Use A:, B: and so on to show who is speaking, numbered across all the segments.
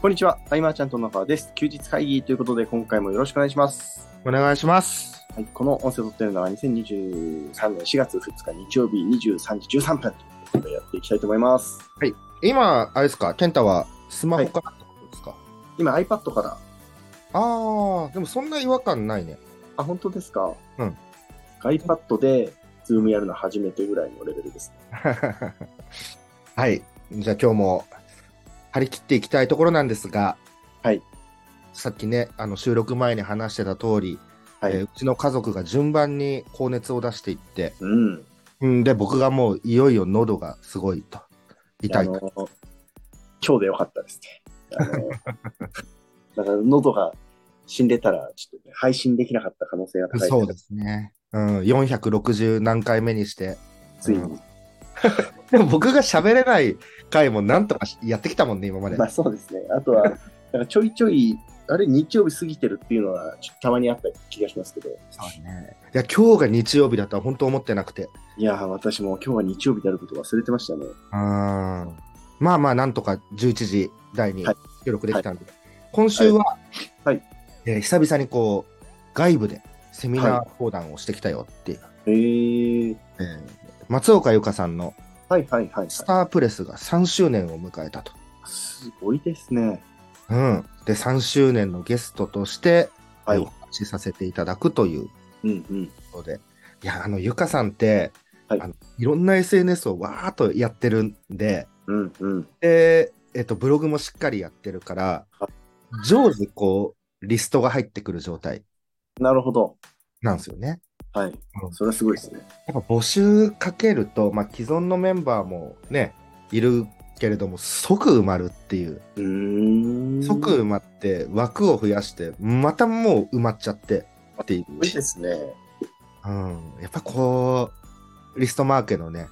A: こんにちは、タイマーちゃんとの川です。休日会議ということで、今回もよろしくお願いします。
B: お願いします。
A: はい、この音声を撮っているのは2023年4月2日日曜日23時13分ということでやっていきたいと思います。
B: 今、あれですか、健太はスマホからってことですか、
A: 今 iPad から、
B: ああ、でもそんな違和感な いね。
A: あ、本当ですか
B: うん。
A: iPad で Zoom やるの初めてぐらいのレベルですね。
B: はい。じゃあ今日も張り切っていきたいところなんですが、
A: はい。
B: さっきね、あの収録前に話してた通り、
A: はい。
B: えーうちの家族が順番に高熱を出していって、
A: うん。
B: うん、で、僕がもういよいよ喉がすごいと。痛い
A: あ
B: と。
A: の、今日でよかったですね。あ のなんか喉が死んでたら、ちょっとね、配信できなかった可能性が高い
B: そう
A: で。
B: ですすね。うん、460何回目にして、
A: ついに。
B: うん でも僕が喋れない回もなんとかしやってきたもんね、今まで。
A: まあそうですね。あと は、なんかちょいちょい、あれ、日曜日過ぎてるっていうのは、ちょっとたまにあった気がしますけど、
B: そうね。いや、今日が日曜日だとは本当思ってなくて。
A: いやー、私も今日は日曜日であることを忘れてましたね。
B: うーん。まあまあ、なんとか11時台に
A: はい
B: 収録できたんで。今週は、
A: はい
B: えー久々にこう、外部でセミナー講談をしてきたよっていう。
A: へー。
B: えー松岡由香さんの
A: はいはいはい、はい。
B: スタープレスが3周年を迎えたと。
A: すごいですね。
B: うん。で、3周年のゲストとして、
A: は
B: えーお
A: い。
B: 話しさせていただくという
A: うんうん。
B: ので、いや、あの、ゆかさんって、
A: はい
B: あのいろんな SNS をわーっとやってるんで、
A: うんうん。
B: で、えっと、ブログもしっかりやってるから、常時こう、リストが入ってくる状態
A: なるほど。
B: なんですよね。
A: はい。それはすごいですね。
B: やっぱ募集かけると、まあ、既存のメンバーもね、いるけれども、即埋まるっていう。
A: うーん。
B: 即埋まって、枠を増やして、またもう埋まっちゃってっていう。
A: すごいですね。
B: うん。やっぱこう、リストマーケのね、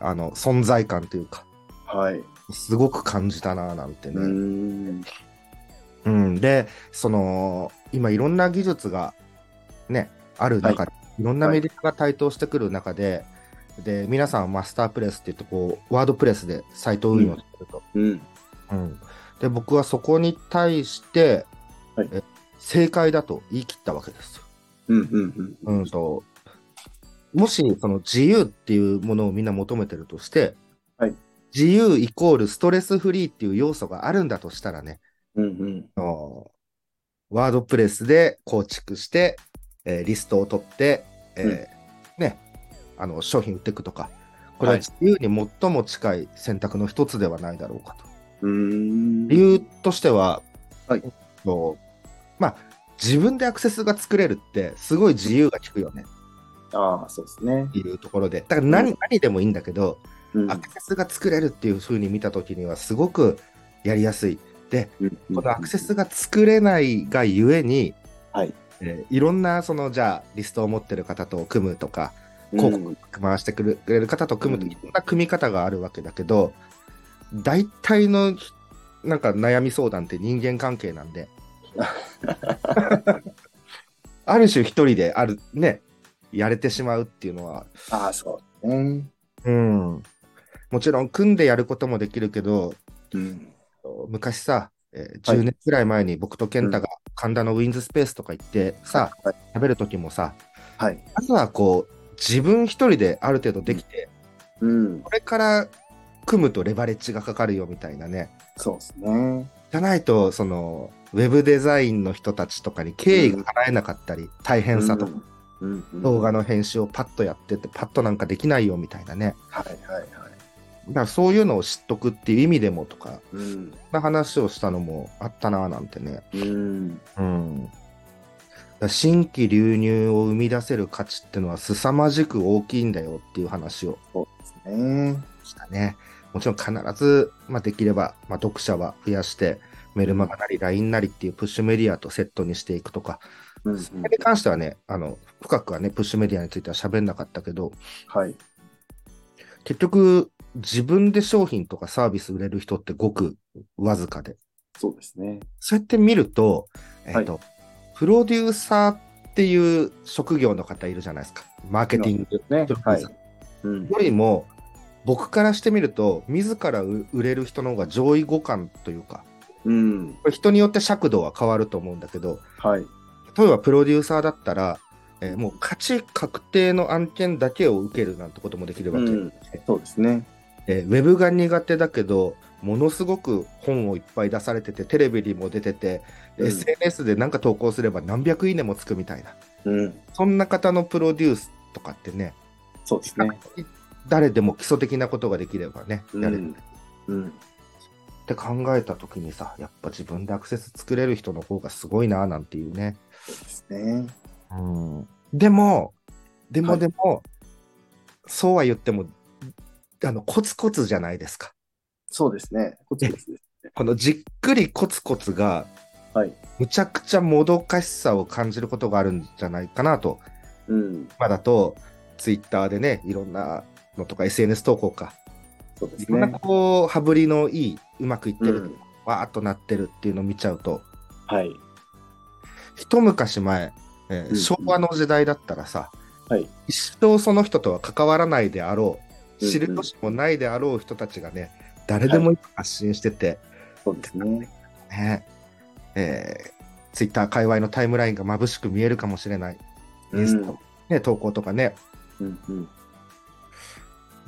B: あの、存在感というか、
A: はい。
B: すごく感じたなぁなんてね。
A: うーん。
B: うん、でその今いろんな技術がねある中で、い、ろんなメディアが台頭してくる中で、で皆さんはマスタープレスって言ってこうワードプレスでサイト運用してると、
A: うん。
B: うんで僕はそこに対して、
A: はい
B: え正解だと言い切ったわけですよ。
A: うんうんうん。
B: うん、ともしその自由っていうものをみんな求めてるとして、
A: はい
B: 自由イコールストレスフリーっていう要素があるんだとしたらね
A: うんうん。
B: あのワードプレスで構築して、えーリストを取って、えーね、あの商品売っていくとか、これは
A: はい
B: 自由に最も近い選択の一つではないだろうかと。
A: うーん。
B: 理由としては、
A: はい
B: えっとまあ、自分でアクセスが作れるって、すごい自由が利くよね
A: ああ、そうですね
B: っ。ていうところで、だから何,、
A: う
B: 何でもいいんだけど、
A: うん
B: アクセスが作れるっていうふうに見たときには、すごくやりやすい。
A: うん
B: このアクセスが作れないがゆえに、
A: はい
B: えーいろんなそのじゃあリストを持ってる方と組むとか広告回してくるくれる方と組むと
A: うん
B: いろんな組み方があるわけだけど大体のなんか悩み相談って人間関 係なんである種一人であるねやれてしまうっていうのは
A: ああ、そうね。
B: うんもちろん組んでやることもできるけど
A: うん。
B: 昔さ、えー
A: はい
B: 10年くらい前に僕と健太が神田のウィンズスペースとか行ってさ、
A: はい
B: 食べる時もさ、
A: はい
B: まずはこう自分一人である程度できて、
A: うん。
B: これから組むとレバレッジがかかるよみたいなね
A: そうですね。
B: じゃないとそのウェブデザインの人たちとかに敬意が払えなかったり、大変さとか、
A: うん。うん
B: 動画。の編集をパッとやっててパッとなんかできないよみたいなね
A: はいはいはい。
B: だからそういうのを知っとくっていう意味でもとか
A: うん。
B: そんな話をしたのもあったなぁなんてね
A: うん。
B: うん、だから新規流入を生み出せる価値ってのは凄まじく大きいんだよっていう話を
A: そうですね。
B: したね。もちろん必ず、まあ、できれば、まあ、読者は増やして、メルマガなり LINE なりっていうプッシュメディアとセットにしていくとか、
A: うんうん
B: それに関してはね、あの、深くはね、プッシュメディアについては喋んなかったけど、
A: はい。
B: 結局、自分で商品とかサービス売れる人ってごくわずかで、
A: そうですね。
B: そうやって見ると、えっ、と、プロデューサーっていう職業の方いるじゃないですか。マーケティング。
A: ね
B: プロデュー。サ
A: は
B: ー
A: い。うん
B: よ。りも、僕からしてみると、自ら売売れる人の方が上位互換というか、
A: うん。
B: これ人によって尺度は変わると思うんだけど、
A: はい。
B: 例えばプロデューサーだったら、えーもう価値確定の案件だけを受けるなんてこともできるわけで、
A: うんそうですね。
B: えーウェブが苦手だけど、ものすごく本をいっぱい出されてて、テレビにも出てて、
A: うん
B: SNS で何か投稿すれば何百いいねもつくみたいな、
A: うん。
B: そんな方のプロデュースとかってね、
A: そうですね。
B: 誰でも基礎的なことができればね、
A: うん
B: やれる
A: うん。
B: って考えた時にさ、やっぱ自分でアクセス作れる人の方がすごいななんていうね。
A: そうですね。
B: でも、で
A: は
B: も
A: い
B: でも、そうは言っても、あの、コツコツじゃないですか。
A: そうですね。こっちですね。
B: このじっくりコツコツが、
A: はい。
B: むちゃくちゃもどかしさを感じることがあるんじゃないかなと。
A: うん。
B: 今だと、ツイッターでね、いろんなのとか SNS 投稿か、
A: そうで
B: い
A: す
B: ろんな
A: ね。
B: こう、羽振りのいい、うまくいって
A: う
B: る、
A: ん。
B: わーっとなってるっていうのを見ちゃうと、
A: はい。
B: 一昔前、えー
A: うん
B: 昭和の時代だったらさ、
A: はい
B: 一生その人とは関わらないであろう、
A: うんうん
B: 知る年もないであろう人たちがね、誰でも今発信してて、
A: そうですね。
B: ねえー、ツイッター界隈のタイムラインが眩しく見えるかもしれない、インスタのね、投稿とかね、
A: うん。うん。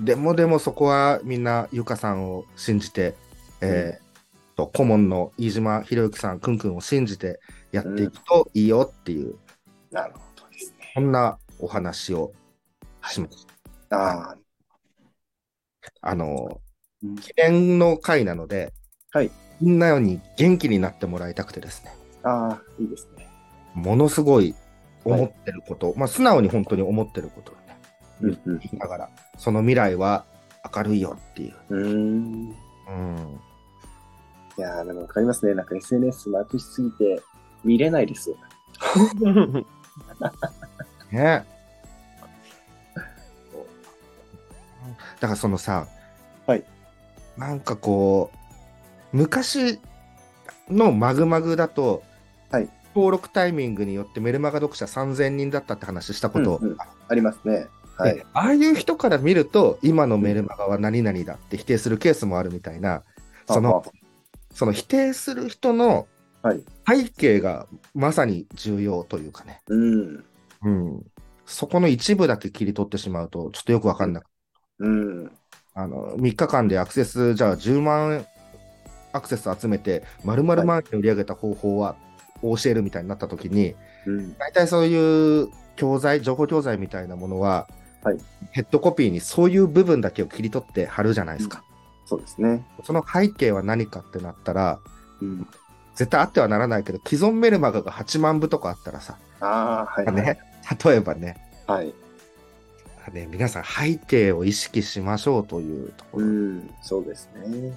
B: でもでもそこはみんなゆかさんを信じて、えーと顧問の飯島博之さん、くんくんを信じてやっていくといいよっていう、
A: なるほどですね。
B: こんなお話をしました。
A: ああ。
B: あの、
A: うん
B: 記念の会なので、
A: はい
B: みんなに元気になってもらいたくてですね、
A: ああ、いいですね。
B: ものすごい思ってること、まあ素直に本当に思ってることをね、
A: うんうん
B: 言いながら、その未来は明るいよっていう。
A: うーん。
B: うん。
A: いやーでもわかりますね。なんか SNS なくしすぎて見れないですよ。
B: ね。だからそのさ、
A: はい
B: なんかこう、昔のマグマグだと、
A: はい
B: 登録タイミングによってメルマガ読者3000人だったって話したこと、
A: うんうんありますね。はい
B: で。ああいう人から見ると、今のメルマガは何々だって否定するケースもあるみたいな、そのその否定する人の
A: はい
B: 背景がまさに重要というかね。
A: うん。
B: うん、そこの一部だけ切り取ってしまうと、ちょっとよくわかんなく
A: うん。
B: あの3日間でアクセス、じゃあ10万アクセス集めて、丸々万円売り上げた方法は教えるみたいになったときに、
A: うん。
B: 大体そういう教材、情報教材みたいなものは、
A: はい
B: ヘッドコピーにそういう部分だけを切り取って貼るじゃないですか。
A: そうですね。
B: その背景は何かってなったら、
A: うん。
B: 絶対あってはならないけど、既存メルマガが8万部とかあったらさ、
A: ああ、はい、はい。
B: ね、例えばね、
A: はい。
B: ね、皆さん背景を意識しましょうというところ。
A: うん。そうですね。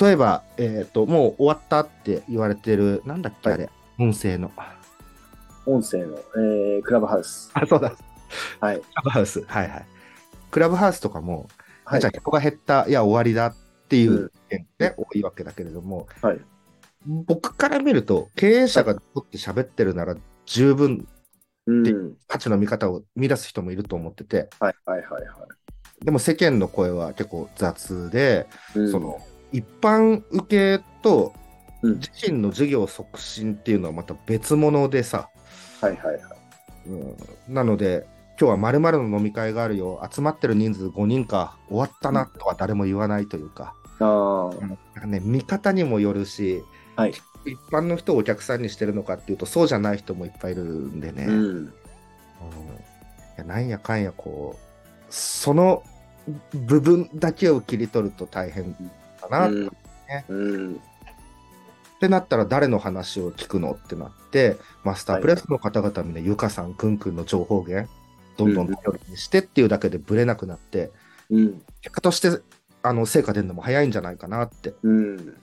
B: 例えば、えっ、と、もう終わったって言われてる、なんだっけ、
A: はい
B: あれ、音声の。
A: 音声の、えー、クラブハウス。
B: あ、そうだ、ク
A: はい。
B: ラブハウス。はいはい。クラブハウスとかも、
A: はい
B: じゃあ、人が減った、いや、終わりだっていううん意見ね、多いわけだけれども、
A: はい
B: 僕から見ると、経営者が取って喋ってるなら、十分
A: うん。
B: 価値の見方を見出す人もいると思ってて、
A: はいはいはいは
B: でも世間の声は結構雑で、
A: い。うん
B: その一般受けと
A: うん
B: 自身の授業促進っていうのはまた別物でさ、
A: はいはいはい。
B: うんなので今日はまるの飲み会があるよ集まってる人数5人か終わったなとは誰も言わないというか,、
A: ああ、は
B: なんかね、見方にもよるし、
A: はい
B: 一般の人をお客さんにしてるのかっていうとそうじゃない人もいっぱいいるんでね、
A: い。うん。
B: うんいやなんやかんやこうその部分だけを切り取ると大変だなっ
A: うんうん。
B: ってなったら誰の話を聞くのってなってマスタープレスの方々みんなゆかさんくんくんの情報源どんどん
A: うんうん
B: 頼りにしてっていうだけでブレなくなって
A: うん。
B: 結果としてあの成果出るのも早いんじゃないかなって
A: うん。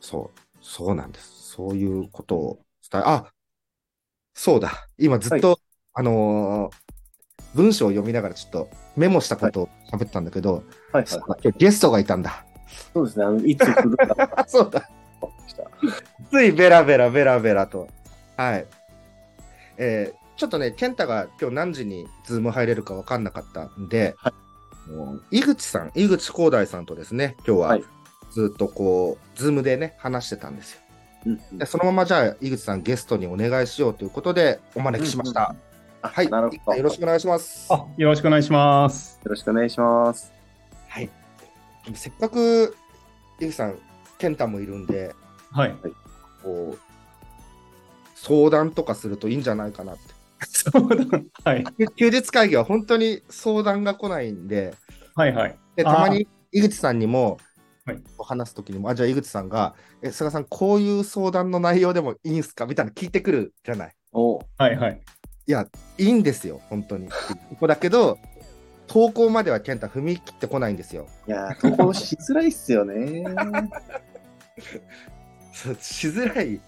B: そうそうなんですそういうことを伝えあそうだ今ずっと、あのー文章を読みながらちょっとメモしたことを喋ったんだけ
A: は
B: ど、
A: いはい
B: そう
A: は
B: だ
A: い。
B: 今日ゲストがいたんだ
A: そうですね。あの、いつ来るか分 か
B: あそうだ
A: りました。
B: ついベラベラベラベラと。はい。えーちょっとね、健太が今日何時にズーム入れるか分かんなかったんで、
A: は
B: もう井口さん、井口光大さんとですね、今日は、
A: はい
B: ずっとこう、ズームでね、話してたんですよ。
A: うんうん
B: でそのままじゃあ、井口さんゲストにお願いしようということで、お招きしました。
A: あ
B: はい、
A: なるほど。
B: よろしくお願いします。
C: あ、よろしくお願いします。
A: よろしくお願いします。
B: はい、せっかく井口さん、健太もいるんで、
C: はい。
B: こう相談とかするといいんじゃないかなって。
C: そうだ。 はい。
B: 休日会議は本当に相談が来ないんで、
C: はいはい。
B: でたまに井口さんにも、
C: はい
B: 話すときにも、あ、じゃあ井口さんが、え、菅さん、こういう相談の内容でもいいんすかみたいなの聞いてくるじゃない。
A: お
C: はいはい。
B: いいんですよ、本当に。ここだけど、投稿までは健太踏み切ってこないんですよ。
A: いやー、投稿しづらいっすよ ね。
B: そうしづらい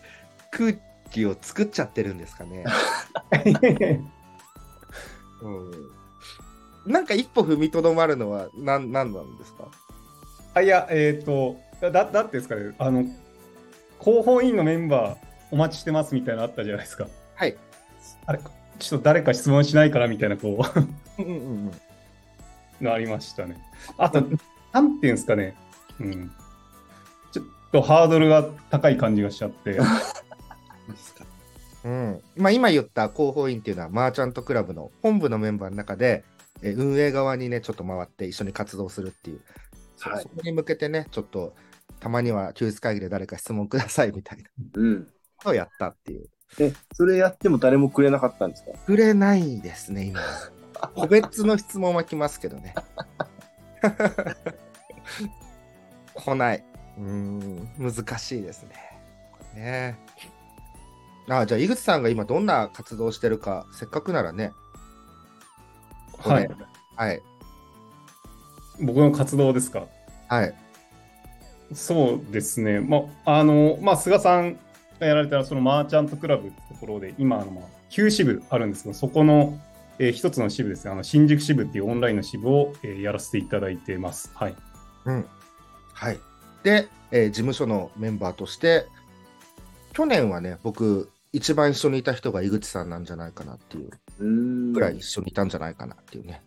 B: 空気を作っちゃってるんですかね。うん、なんか一歩踏みとどまるのは何なんなんですか
C: あいや、えっ、と、だ、だってですかね、あの、広報委員のメンバーお待ちしてますみたいなのあったじゃないですか。
B: はい。
C: あれ、ちょっと誰か質問しないからみたいな、 こ
B: うんうんうん。
C: う、のありましたね。あと、なんていうんですかね、うん。ちょっとハードルが高い感じがしちゃって。
B: うんまあ、今言った広報員っていうのはマーチャントクラブの本部のメンバーの中で、えー運営側にねちょっと回って一緒に活動するっていう、そ
A: はい
B: そこに向けてねちょっとたまには休日会議で誰か質問くださいみたいな
A: うん。
B: ことをやったっていう
A: え、それやっても誰もくれなかったんですか
B: くれないですね今個別の質問は来ますけどね 来ないうーん難しいですねねあじゃあ井口さんが今どんな活動をしてるかせっかくならねここ
C: は
B: で
C: い。
B: はい。
C: 僕の活動ですか。
B: はい。
C: そうですね、まああのまあ、菅さんがやられたそのマーチャントクラブってところで、今あの、まあ、9支部あるんですけど、そこの、えー一つの支部ですねあの、新宿支部っていうオンラインの支部を、えーやらせていただいてます。はい、
B: うん。はい。で、えー事務所のメンバーとして、去年はね、僕、一番一緒にいた人が井口さんなんじゃないかなっていう
A: うーん。
B: ぐらい一緒にいたんじゃないかなっていうね。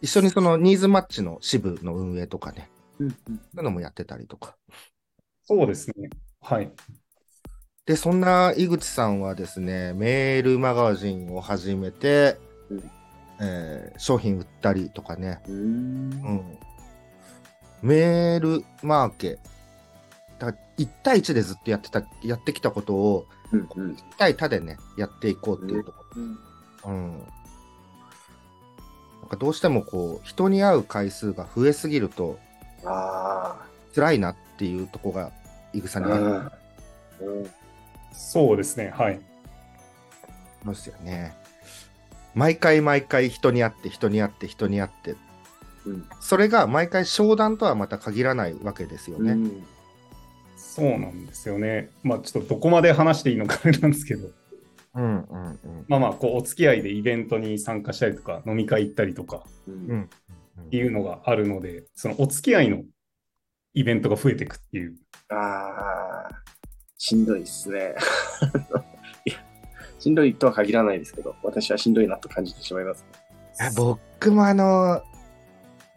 B: 一緒にそのニーズマッチの支部の運営とかね、
A: うんうん。
B: そういうのもやってたりとか。
C: そうですね、はい、
B: で、そんな井口さんはですね、メールマガジンを始めて、
A: うん
B: えー商品売ったりとかね、
A: うーん
B: うん、メールマーケだから1対1でずっとやってたやってきたことを
A: うんうん
B: 1対他でねやっていこうっていうとこ
A: うん
B: ろ、うんなんかどうしてもこう人に会う回数が増えすぎると
A: あ
B: 辛いなっていうとこがいぐさ
A: あ。
B: にあ
A: うん。
C: そうですね、はい、
B: りますよね。毎回毎回人に会って人に会って人に会って
A: うん。
B: それが毎回商談とはまた限らないわけですよね。
A: うん
C: そうなんですよね、まあ、ちょっとどこまで話していいのかあれなんですけど、
B: うんうんうん
C: まあまあ、こうお付き合いでイベントに参加したりとか、飲み会行ったりとか
A: う。
B: うんん
C: っていうのがあるので、そのお付き合いのイベントが増えていくっていう。
A: ああ。しんどいっすね。 いや、しんどいとは限らないですけど、私はしんどいなと感じてしまいます。
B: いや僕もあの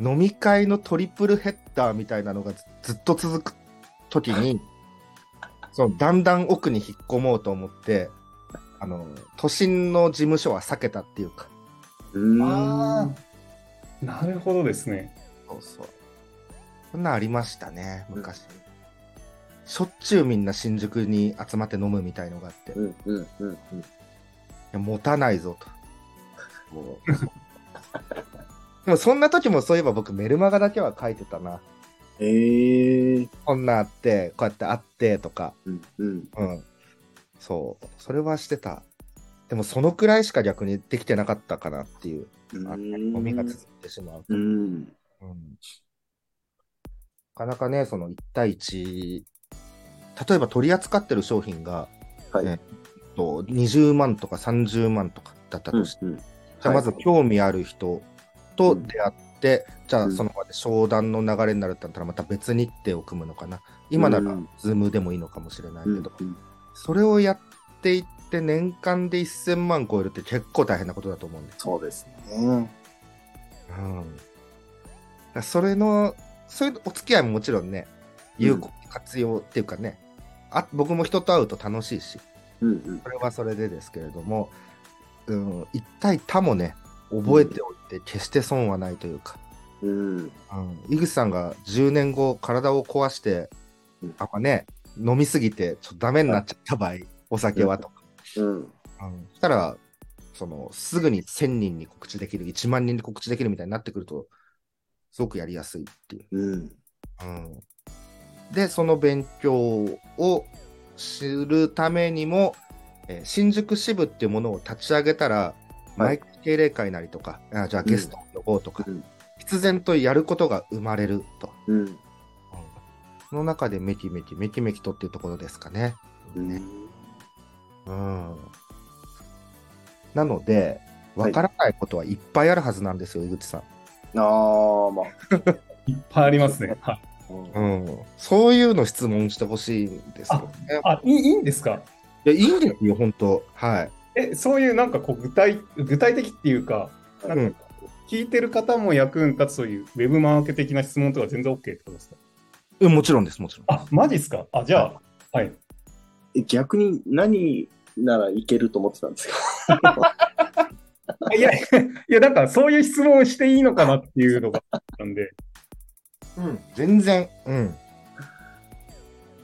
B: 飲み会のトリプルヘッダーみたいなのがずずっと続く時にそのだんだん奥に引っ込もうと思ってあの都心の事務所は避けたっていうか
A: うーん。
C: なるほどですね。
B: そうそうそんなんありましたね昔、しょっちゅうみんな新宿に集まって飲むみたいのがあって、い
A: うんうんうんうん。
B: や持たないぞともうでもそんな時もそういえば僕メルマガだけは書いてたな
A: ええー。
B: こんなんあって、こうやって会ってとか、
A: うんうん。
B: うん。そう、それはしてた。でも、そのくらいしか逆にできてなかったかなっていう、あゴミが続いてしまう。
A: うん。
B: うんなかなかね、その1対1、例えば取り扱ってる商品が
A: はい。
B: ねと20万とか30万とかだった
A: うんう
B: と
A: ん
B: して、じゃあまず興味ある人と出会って、じゃ
A: う
B: あ
A: ん
B: その場で商談の流れになるってなったらまた別日程を組むのかな。今なら
A: うん
B: Zoom でもいいのかもしれないけ
A: うん
B: ど、それをやっていって年間で1000万超えるって結構大変なことだと思うんです。
A: そうですね。
B: うん、だからそれの、そういうお付き合いももちろんね、有効に活用っていうかね、あ僕も人と会うと楽しいし、
A: うんうん。
B: それはそれでですけれども、うん、一体他もね、覚えておいて、決して損はないというか、
A: うん。
B: うん、井口さんが10年後、体を壊して
A: うん、
B: あんまね、飲みすぎて、ちょっとダメになっちゃった場合、お酒はとか、
A: うん。
B: うん、そしたら、そのすぐに1000人に告知できる、1万人に告知できるみたいになってくると、すごくやりやすいっていう。
A: うん。
B: うん、で、その勉強を知るためにも、えー新宿支部っていうものを立ち上げたら、毎回定例会なりとか、あじゃあゲストを呼ぼうとか、
A: うん
B: 必然とやることが生まれると。
A: うん。
B: その中でめきめきめきめきとっていうところですかね。
A: うん
B: ねうん、なので、わからないことはいっぱいあるはずなんですよ、井口さん。
A: ああ、まあ。
C: いっぱいありますね。はい
B: うん、そういうの質問してほしいんですよね。
C: あいいいいんですか
B: いやいいんですよ、本当。はい。
C: え、そういうなんかこう具体具体的っていうか、なんかこう聞いてる方も役に立つそういうウェブマーケ的な質問とか全然 OK ってことですか
B: うんもちろんです、もちろん。
C: あ、マジっすかあ、じゃあ、はい。
A: え逆に何ならいけると思ってたんですか
C: いや、いや、なんかそういう質問をしていいのかなっていうのがあったんで、
B: うん、全然。うん。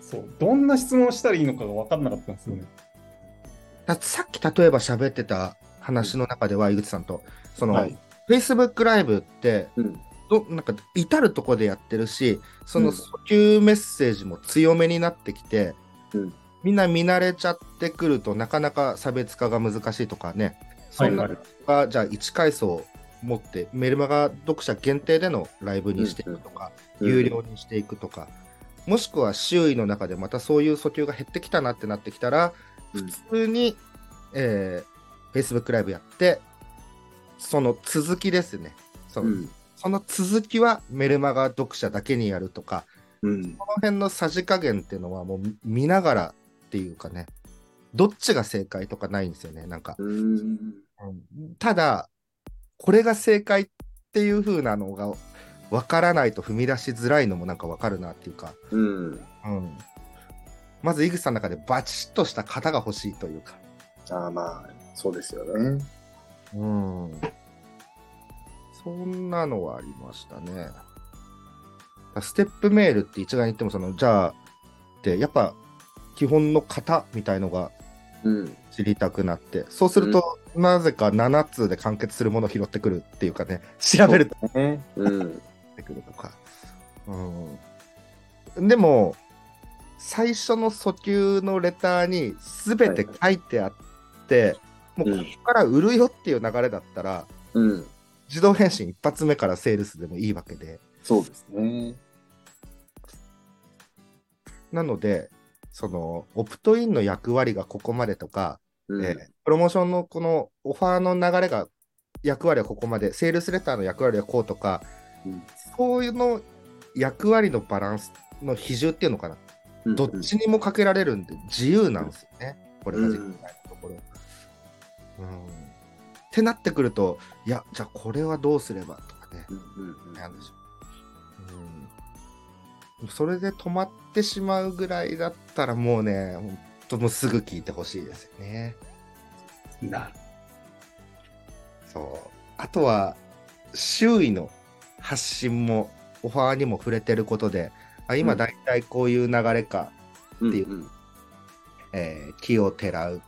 C: そう、どんな質問をしたらいいのかが分かんなかったんですよね。
B: ださっき例えば喋ってた話の中では、井口さんと、その、
A: はい。
B: Facebook ライブって、
A: うん。
B: どなんか至るとこでやってるし、そうの
A: ん
B: 訴求メッセージも強めになってきて、
A: うん
B: みんな見慣れちゃってくるとなかなか差別化が難しいとかね、そんな
C: はい
B: のが、じゃあ1回層持ってメルマガ読者限定でのライブにしていくとか、有料にしていくとか、もしくは周囲の中でまたそういう訴求が減ってきたなってなってきたら、
A: うん
B: 普通に、えー Facebook ライブやって、その続きですね。そうの
A: ん。
B: その続きはメルマガ読者だけにやるとか、
A: うん。
B: この辺のさじ加減っていうのはもう見見ながらっていうかね、どっちが正解とかないんですよね、なんか。
A: うん。
B: ただ、これが正解っていう風なのが分からないと踏み出しづらいのもなんか分かるなっていうか、
A: うん。
B: うん、まず井口さんの中でバチッとした型が欲しいというか。
A: ああ、まあ、そうですよね。
B: うん。そんなのはありましたね。ステップメールって一概に言っても、その、じゃあ、って、やっぱ、基本の型みたいのが
A: うん。
B: 知りたくなって、そうすると、なぜか7つで完結するものを拾ってくるっていうかね、調べると
A: ね。うん。
B: ってくるとか。うん。でも、最初の訴求のレターに全て書いてあって、もうここから売るよっていう流れだったら、
A: うん。
B: 自動返信一発目からセールスでもいいわけで、
A: そうですね。
B: なので、そのオプトインの役割がここまでとか、
A: うん。
B: えープロモーションのこのオファーの流れが役割はここまで、セールスレターの役割はこうとか、
A: うん
B: そういうの役割のバランスの比重っていうのかな、
A: うん
B: どっちにもかけられるんで、自由なんですよね、これが実際のところ。うんってなってくると、いや、じゃあこれはどうすればとかね。
A: うんうん
B: 悩んでしまう。うん、それで止まってしまうぐらいだったらもうね、ほんともうすぐ聞いてほしいですよね。
C: なる
B: そう。あとは、周囲の発信も、オファーにも触れてることで、あ今
A: うん
B: 大体こういう流れか、
A: うん。
B: ってい
A: うん。
B: えー木をてらう。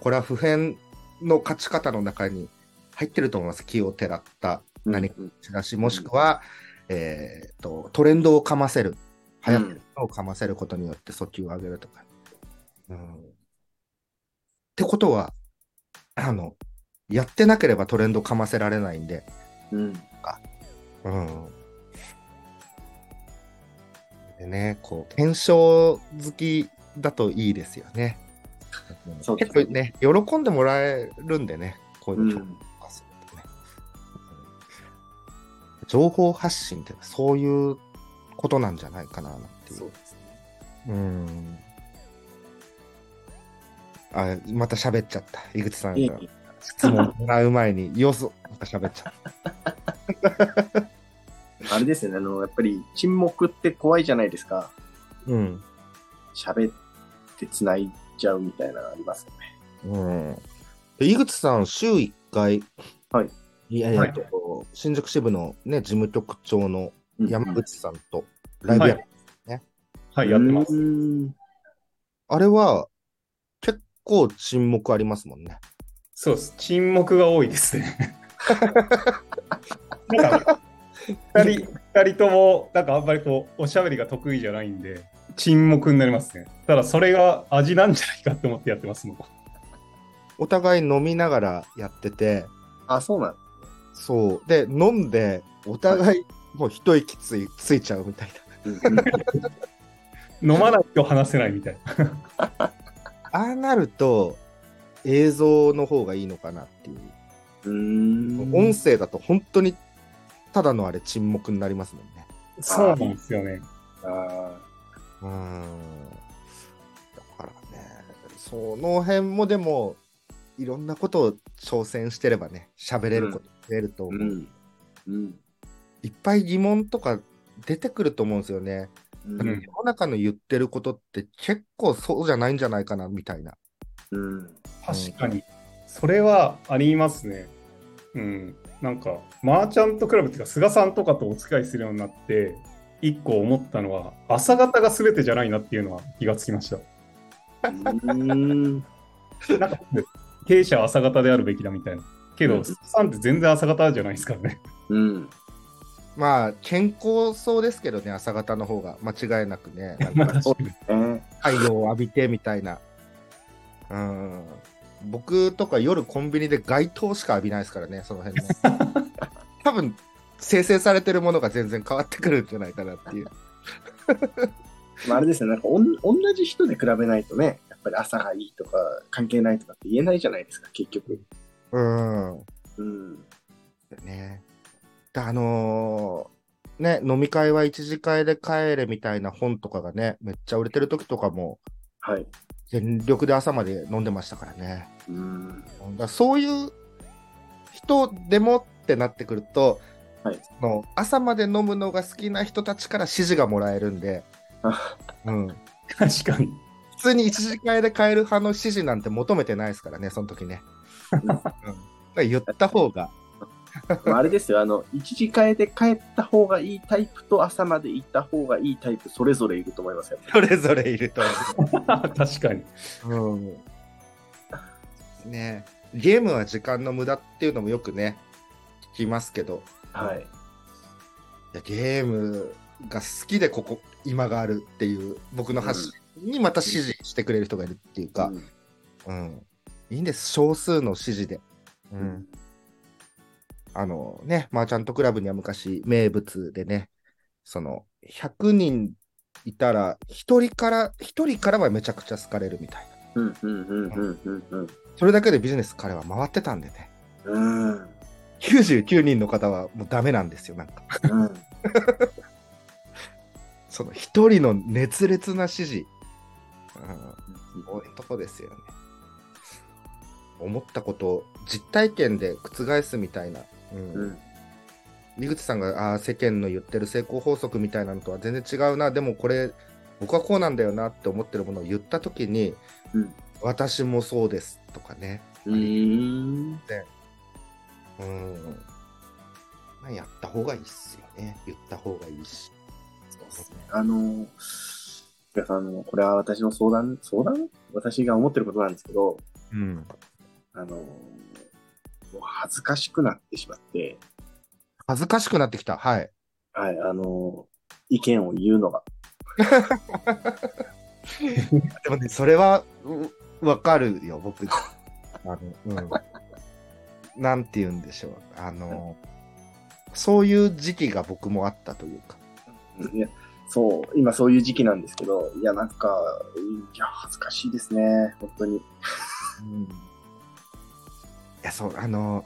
B: これは普遍の勝ち方の中に入ってると思います。木をてらった何か
A: うん
B: チラシもしくは、えー、とトレンドをかませる流行ってるのをかませることによって訴求を上げるとか。うんってことはあのやってなければトレンドかませられないんで、
A: うん。
B: うんでねこう検証好きだといいですよね。
A: そうで
B: 結
A: す
B: 構
A: ね
B: ね喜んでもらえるんでねこういう
A: う
B: の、
A: ん。
B: あそうだねうん情報発信ってそういうことなんじゃないかななんていう
A: そうですね。
B: うんあまた喋っちゃった井口さん
A: い
B: が質問もらう前によそまた喋っちゃっ
A: あれですよね、あの、やっぱり沈黙って怖いじゃないですか。
B: たうん。
A: 喋って繋いじゃうみたいなのありますよね。
B: うん。で井口さん、週1回、
A: はい。
B: いやい
C: は
B: や
C: い、
B: と新宿支部のね、事務局長の
A: うん
B: 山口さんとライブやる、
C: はい、やってます。
A: うん
B: あれは、結構沈黙ありますもんね。
C: そうです。沈黙が多いです ね。なんか、二人、二人とも、なんかあんまりこう、おしゃべりが得意じゃないんで、沈黙になりますね。ただ、それが味なんじゃないかって思ってやってますもん。
B: お互い飲みながらやってて、
A: あ、そうなん
B: そう。で、飲んで、お互いもう一息ついついちゃうみたいな。
C: 飲まないと話せないみたいな。
B: ああなると、映像の方がいいのかなっていう。
A: うん。
B: 音声だと本当に、ただのあれ沈黙になりますもんね。
C: そうなんですよね。
A: あ
B: うーん。だからね、その辺もでも、いろんなことを挑戦してればね、喋れること増えると
A: ー
B: 思
A: う
B: う、
A: ん。うん。
B: いっぱい疑問とか出てくると思うんですよね。
A: う
B: 世
A: ん。
B: の中の言ってることって結構そうじゃないんじゃないかなみたいな。
A: うん。
C: 確かに。それはありますね。うん。なんか、マーチャントクラブっていうか、菅さんとかとお付き合いするようになって、一個思ったのは、朝方が全てじゃないなっていうのは気がつきました。
A: うん。
C: なんか、経営者は朝方であるべきだみたいな。け
A: うん
C: ど、菅さんって全然朝方じゃないですからね。
A: うん。
B: まあ、健康そうですけどね、朝方の方が間違いな くね、なんか
A: そうえー
B: 太陽を浴びてみたいな。うん。僕とか夜コンビニで街灯しか浴びないですからね、その辺の。多分、生成されてるものが全然変わってくるんじゃないかなっていう。
A: まあ、あれですね、なんかおん同じ人で比べないとね、やっぱり朝がいいとか関係ないとかって言えないじゃないですか、結局。
B: うん。
A: うん。
B: ね。であのーね、飲み会は一次会で帰れみたいな本とかがね、めっちゃ売れてる時とかも、
A: はい。
B: 全力で朝まで飲んでましたからね。
A: うん。
B: だからそういう人でもってなってくると、
A: はい
B: その朝まで飲むのが好きな人たちから指示がもらえるんで、
A: あ
B: うん、普
C: 確かに。
B: 通に一時会で買える派の指示なんて求めてないですからね、その時ね。
A: ん
B: うんだから言った方が、
A: まあ、あれですよ、あの、一時帰で帰った方がいいタイプと朝まで行った方がいいタイプ、それぞれいると思いますよ。
B: それぞれいると
C: 確かに。
B: 思う。うん、ねゲームは時間の無駄っていうのもよくね、聞きますけど、
A: はい。
B: いやゲームが好きでここ今があるっていう僕の発信にまた支持してくれる人がいるっていうか、うんいいんです少数の支持で、う
A: うんん。
B: あのねマーチャントクラブには昔名物でねその100人いたら1人から1人からはめちゃくちゃ好かれるみたいな
A: うん。うん。うん。うん。うん。うん。
B: それだけでビジネス彼は回ってたんでね
A: うん。うん。
B: 99人の方はもうダメなんですよなんかその1人の熱烈な支持、うん、そういうとこですよね。思ったことを実体験で覆すみたいな。うん
A: うん。
B: 井口さんがあー世間の言ってる成功法則みたいなのとは全然違うな、でもこれ、僕はこうなんだよなって思ってるものを言ったときに、
A: うん
B: 私もそうですとかね、
A: うん。
B: うんまあ、やった方がいいっすよね、言った方がいいし。
A: そうですね。あの、皆さんあの、これは私の相談、相談私が思ってることなんですけど、
B: うん、
A: あの、もう恥ずかしくなってしまって、
B: 恥ずかしくなってきた、はい。
A: はい、あの、意見を言うのが。
B: でもね、それはうわかるよ、 僕。あの、うん。なんて言うんでしょう。あの、そういう時期が僕もあったというか。
A: いや、そう、今そういう時期なんですけど、いや、なんか、いや、恥ずかしいですね、本当に。
B: うん。いや、そう、あの、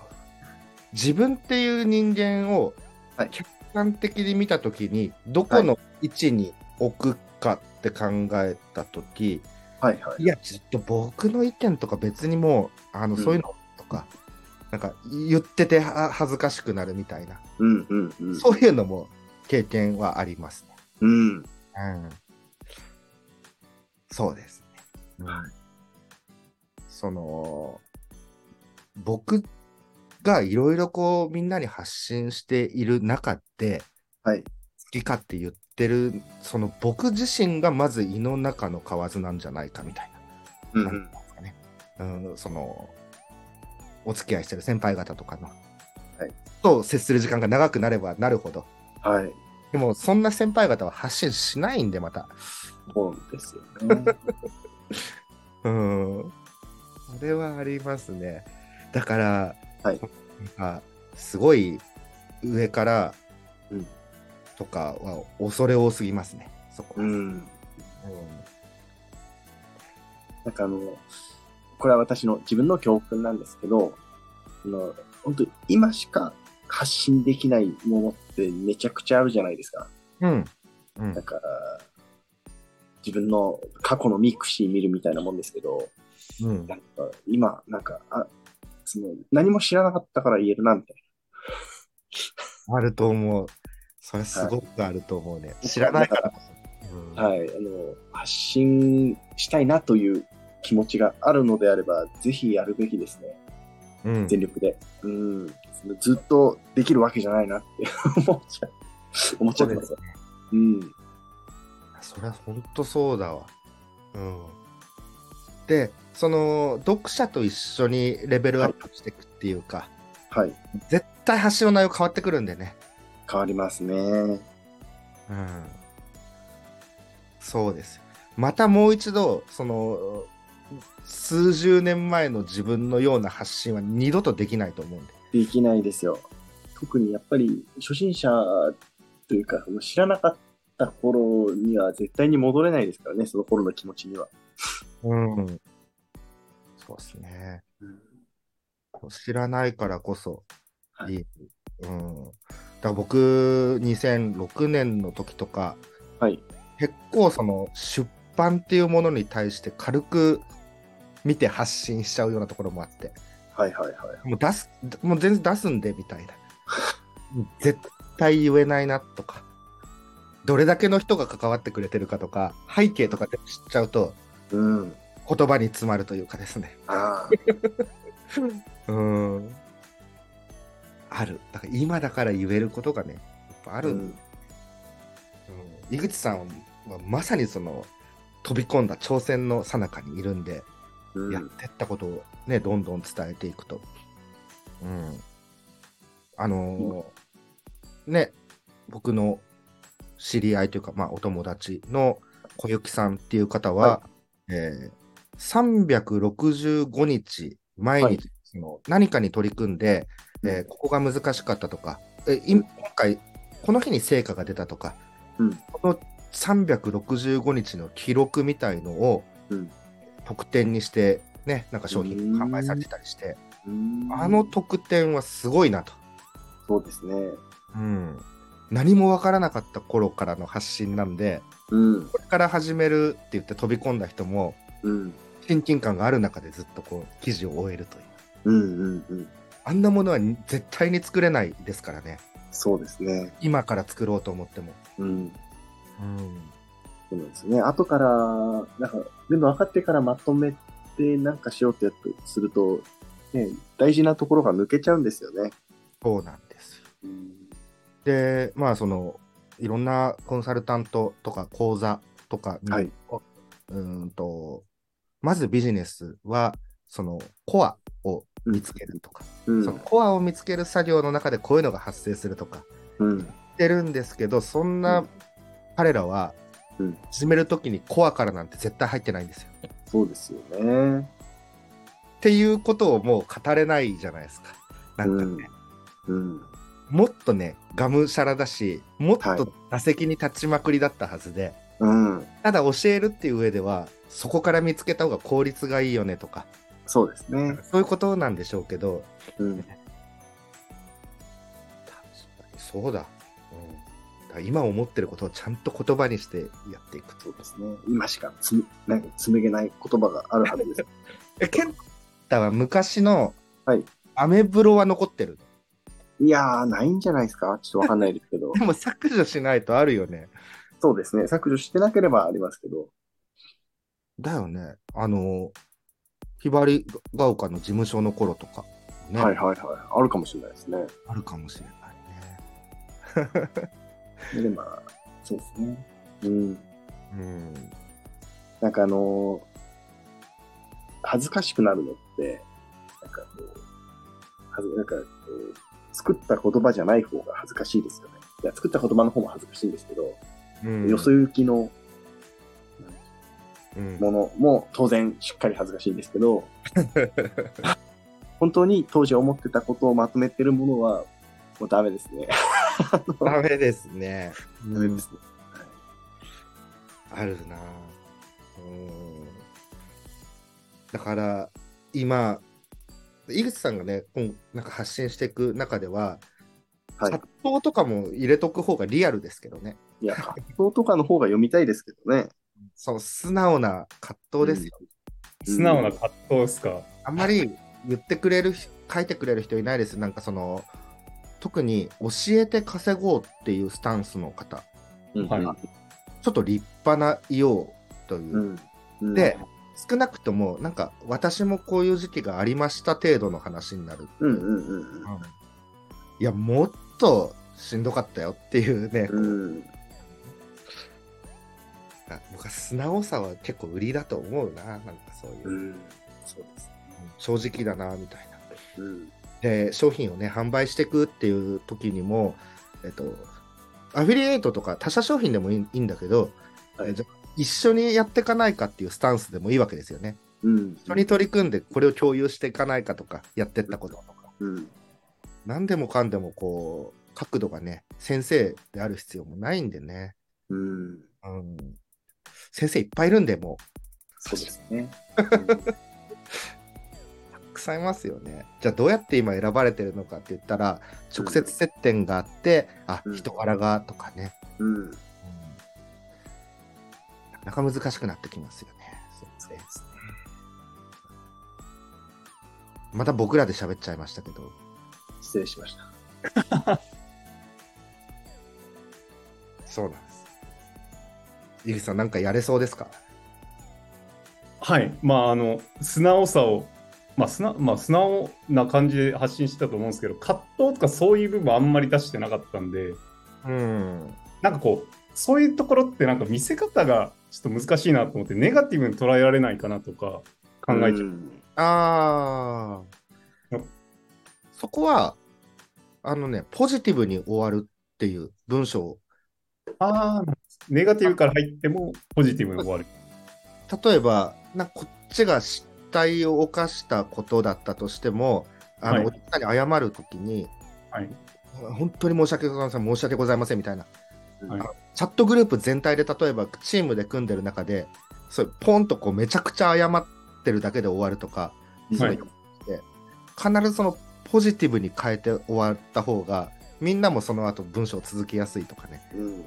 B: 自分っていう人間を
A: はい
B: 客観的に見たときに、どこの位置に置くかって考えたとき、
A: はいはい。
B: いや、ちょっと僕の意見とか別にもう、あの、
A: うん
B: そういうのとか、なんか言ってては恥ずかしくなるみたいな、
A: うんうんうん。
B: そういうのも経験はありますね。
A: うん。
B: うん。そうですね。
A: はい
B: その、僕がいろいろこうみんなに発信している中で、
A: はい
B: 好き勝手言ってる、その僕自身がまず胃の中の蛙なんじゃないかみたい
A: うんうん
B: な。うん、その、お付き合いしてる先輩方とかの、
A: はい
B: と接する時間が長くなればなるほど、
A: はい。
B: でもそんな先輩方は発信しないんでまた。
A: そうですよね。
B: うん。それはありますね。だから、
A: はい
B: なんかすごい上から、
A: うん
B: とかは恐れ多すぎますね。そこ
A: う
B: は。
A: ん。
B: うん
A: なんかあの、これは私の自分の教訓なんですけど、あの本当に今しか発信できないものってめちゃくちゃあるじゃないですか。
B: うん。うん
A: だから、自分の過去のミクシー見るみたいなもんですけど、
B: うん
A: なんか今、なんか、あその何も知らなかったから言えるな、みたい
B: あると思う。それすごくあると思うね。知らないからこそ。うん
A: な。はい。あの、発信したいなという気持ちがあるのであれば、ぜひやるべきですね。
B: うん
A: 全力で。うん。ずっとできるわけじゃないなって思っちゃう。思っちゃってます。
B: そうですね
A: うん。
B: それは本当そうだわ。うん。で、その、読者と一緒にレベルアップしていくっていうか、
A: はい。
B: 絶対発信の内容変わってくるんでね。
A: 変わりますね。
B: うん。そうです。またもう一度、その、数十年前の自分のような発信は二度とできないと思うんで。
A: できないですよ。特にやっぱり初心者というか、その知らなかった頃には絶対に戻れないですからね、その頃の気持ちには。
B: うん。そうですね。知らないからこそ、
A: はい
B: いい。うん。だから僕、2006年の時とか、
A: はい。
B: 結構その出版っていうものに対して軽く見て発信しちゃうようなところもあって、
A: はいはいはい。
B: もう出す、もう全然出すんでみたいな。絶対言えないなとか、どれだけの人が関わってくれてるかとか、背景とかで知っちゃうと
A: うん。
B: 言葉に詰まるというかですね。
A: ああ。
B: うん。ある。だから今だから言えることがね、やっぱあ
A: あ
B: る、うん井口さんはまさにその飛び込んだ挑戦の最中にいるんで、
A: うん。
B: やってったことをね、どんどん伝えていくと。うん。あのーね、僕の知り合いというか、まあ、お友達の小雪さんっていう方は、えー365日、毎
A: はい
B: 日、その何かに取り組んで、えーここが難しかったとか、え今今回、この日に成果が出たとか、
A: うん
B: この365日の記録みたいのを、
A: うん
B: 特典にして、ね、なんか商品販売されてたりして、
A: うん
B: あの特典はすごいなと。
A: そうですね。
B: うん何もわからなかった頃からの発信なんで、
A: うん。
B: これから始めるって言って飛び込んだ人も、
A: うん。
B: 親近感がある中でずっとこう、記事を終えるという。
A: うんうんうん。
B: あんなものはに絶対に作れないですからね。
A: そうですね。
B: 今から作ろうと思っても。
A: うん。
B: うん。
A: そうなんですね。後から、なんか、全部分かってからまとめてなんかしようってやつすると、ね、大事なところが抜けちゃうんですよね。
B: そうなんですよ。
A: うん。
B: で、まあ、その、いろんなコンサルタントとか講座とかに、
A: はい、
B: うーんと、まずビジネスは、その、コアを見つけるとか、
A: うん
B: そのコアを見つける作業の中でこういうのが発生するとか、
A: うん。
B: してるんですけど、そんな彼らは
A: うん、
B: 始めるときにコアからなんて絶対入ってないんですよ。
A: そうですよね。
B: っていうことをもう語れないじゃないですか。なんかね、
A: うん。
B: もっとね、がむしゃらだし、もっ
A: はい
B: と打席に立ちまくりだったはずで、
A: うん。
B: ただ教えるっていう上では、そこから見つけた方が効率がいいよねとか、
A: そうですね。
B: そういうことなんでしょうけど、
A: うん。
B: 確かにそうだ。うんだから今思ってることをちゃんと言葉にしてやっていく
A: そ
B: と
A: う。ですね。今しかつむ、なんか紡げない言葉があるはずです。
B: え、ケンタは昔の、
A: はい
B: アメブロは残ってる。
A: いやー、ないんじゃないですかちょっとわかんないです けど
B: で。も削除しないとあるよね。
A: そうですね。削除してなければありますけど。
B: だよね。あの、ひばりが丘の事務所の頃とか、ね、
A: はいはいはい。あるかもしれないですね。
B: あるかもしれないね。
A: で、まあ、そうですね。うん。
B: うん。
A: なんかあのー恥ずかしくなるのって、なんかこう、はずなんかこう、作った言葉じゃない方が恥ずかしいですよね。いや、作った言葉の方も恥ずかしいんですけど、
B: うん
A: よそ行きの
B: うん
A: ものも当然しっかり恥ずかしいんですけど、本当に当時思ってたことをまとめてるものは、もうダメですね。
B: ダメですね。
A: ダメですね。
B: あるなうん。だから、今、井口さんがね、こうなんか発信していく中では、
A: はい
B: 葛藤とかも入れとく方がリアルですけどね。
A: いや、葛藤とかの方が読みたいですけどね。
B: そう、素直な葛藤ですよ。
C: 素直な葛藤ですか。
B: あんまり言ってくれる人、書いてくれる人いないです。なんかその、特に教えて稼ごうっていうスタンスの方、
A: うん。
C: はい
B: ちょっと立派なようというう、
A: ん。うん
B: で、少なくとも、なんか、私もこういう時期がありました程度の話になる。
A: うんうんうんうん。
B: いや、もっとしんどかったよっていうね、
A: うん、
B: あ僕は素直さは結構売りだと思うな、なんかそういう、
A: うん、そうです。
B: 正直だな、みたいな。
A: うん、
B: で、商品をね、販売していくっていう時にも、えっと、アフィリエイトとか他社商品でもいいいいんだけど、
A: はい
B: えじゃ一緒にやっていかないかっていうスタンスでもいいわけですよね。
A: うん、
B: 一緒に取り組んでこれを共有していかないかとか、やってったこととか。
A: うん、
B: 何でもかんでもこう、角度がね、先生である必要もないんでね。
A: うん、
B: うん。先生いっぱいいるんで、も
A: そうですね。
B: う、たくさんいますよね。じゃあどうやって今選ばれてるのかって言ったら、直接接点があって、あ
A: う、ん
B: 人柄がとかね。
A: うん、
B: うんなかなか難しくなってきますよね。そうですね。また僕らで喋っちゃいましたけど、
A: 失礼しました。
B: そうなんです。ゆきさん、なんかやれそうですか
C: はい、まあ、あの、素直さを、まあ素直まあ、素直な感じで発信してたと思うんですけど、葛藤とかそういう部分あんまり出してなかったんで、
B: うん。
C: なんかこう、そういうところってなんか見せ方がちょっと難しいなと思って、ネガティブに捉えられないかなとか考えちゃう。
A: うん
B: ああ
C: よ。
B: そこは、あのね、ポジティブに終わるっていう文章を、
C: ああ、ネガティブから入ってもポジティブに終わる。
B: 例えば、なんかこっちが失態を犯したことだったとしても、あの、
C: はい
B: お客さんに謝るときに、
C: はい。
B: 本当に申し訳ございません、申し訳ございませんみたいな、
C: はい
B: あのチャットグループ全体で例えばチームで組んでる中で、そうポンとこうめちゃくちゃ謝ってるだけで終わるとか、
C: はい
B: そういうのって必ずそのポジティブに変えて終わった方が、みんなもその後文章を続けやすいとかね、
A: うん、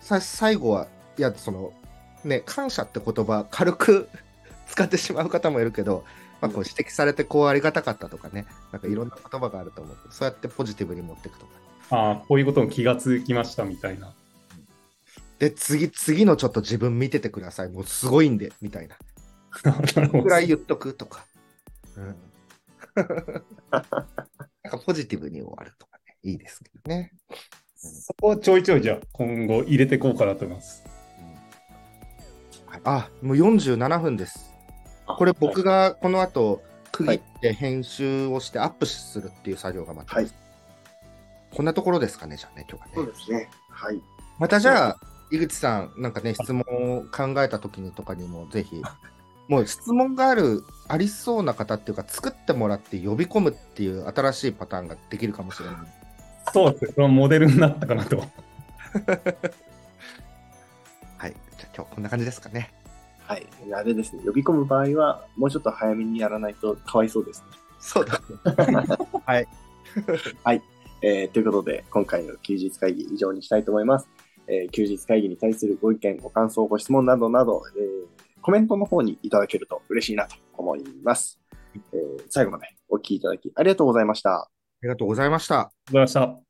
B: さ最後は、いや、その、ね、感謝って言葉、軽く 使ってしまう方もいるけど、まあ、こう指摘されてこうありがたかったとかね、なんかいろんな言葉があると思うけどそうやってポジティブに持っていくとか。
C: ああ、こういうことに気がつきましたみたいな。
B: で、次、次のちょっと自分見ててください。もうすごいんで、みたいな。
C: なるほど
B: くらい言っとくとか。うん。 なんかポジティブに終わるとかね。いいですけどね。
C: そこはちょいちょいじゃあ今後入れていこうかなと思います。
B: はいあ、もう47分です。これ僕がこの後、区切って編集をしてアップするっていう作業がまた、
A: はい、
B: こんなところですかね、じゃあね、今日
A: そ
B: はね。
A: うですね。はい。
B: またじゃあ、井口さん、なんかね、質問を考えたときにとかにも、ぜひ、もう質問がある、ありそうな方っていうか、作ってもらって呼び込むっていう新しいパターンができるかもしれない。
C: そうですね。そのモデルになったかなと。
B: はい、じゃあ今日こんな感じですかね。
A: はい。あれですね。呼び込む場合は、もうちょっと早めにやらないとかわいそうですね。
B: そうだ。
A: えーということで、今回の休日会議以上にしたいと思います。えー休日会議に対するご意見、ご感想、ご質問などなど、えーコメントの方にいただけると嬉しいなと思います。えー最後までお聞きいただきありがとうございました。
B: ありがとうございました。
C: ございました。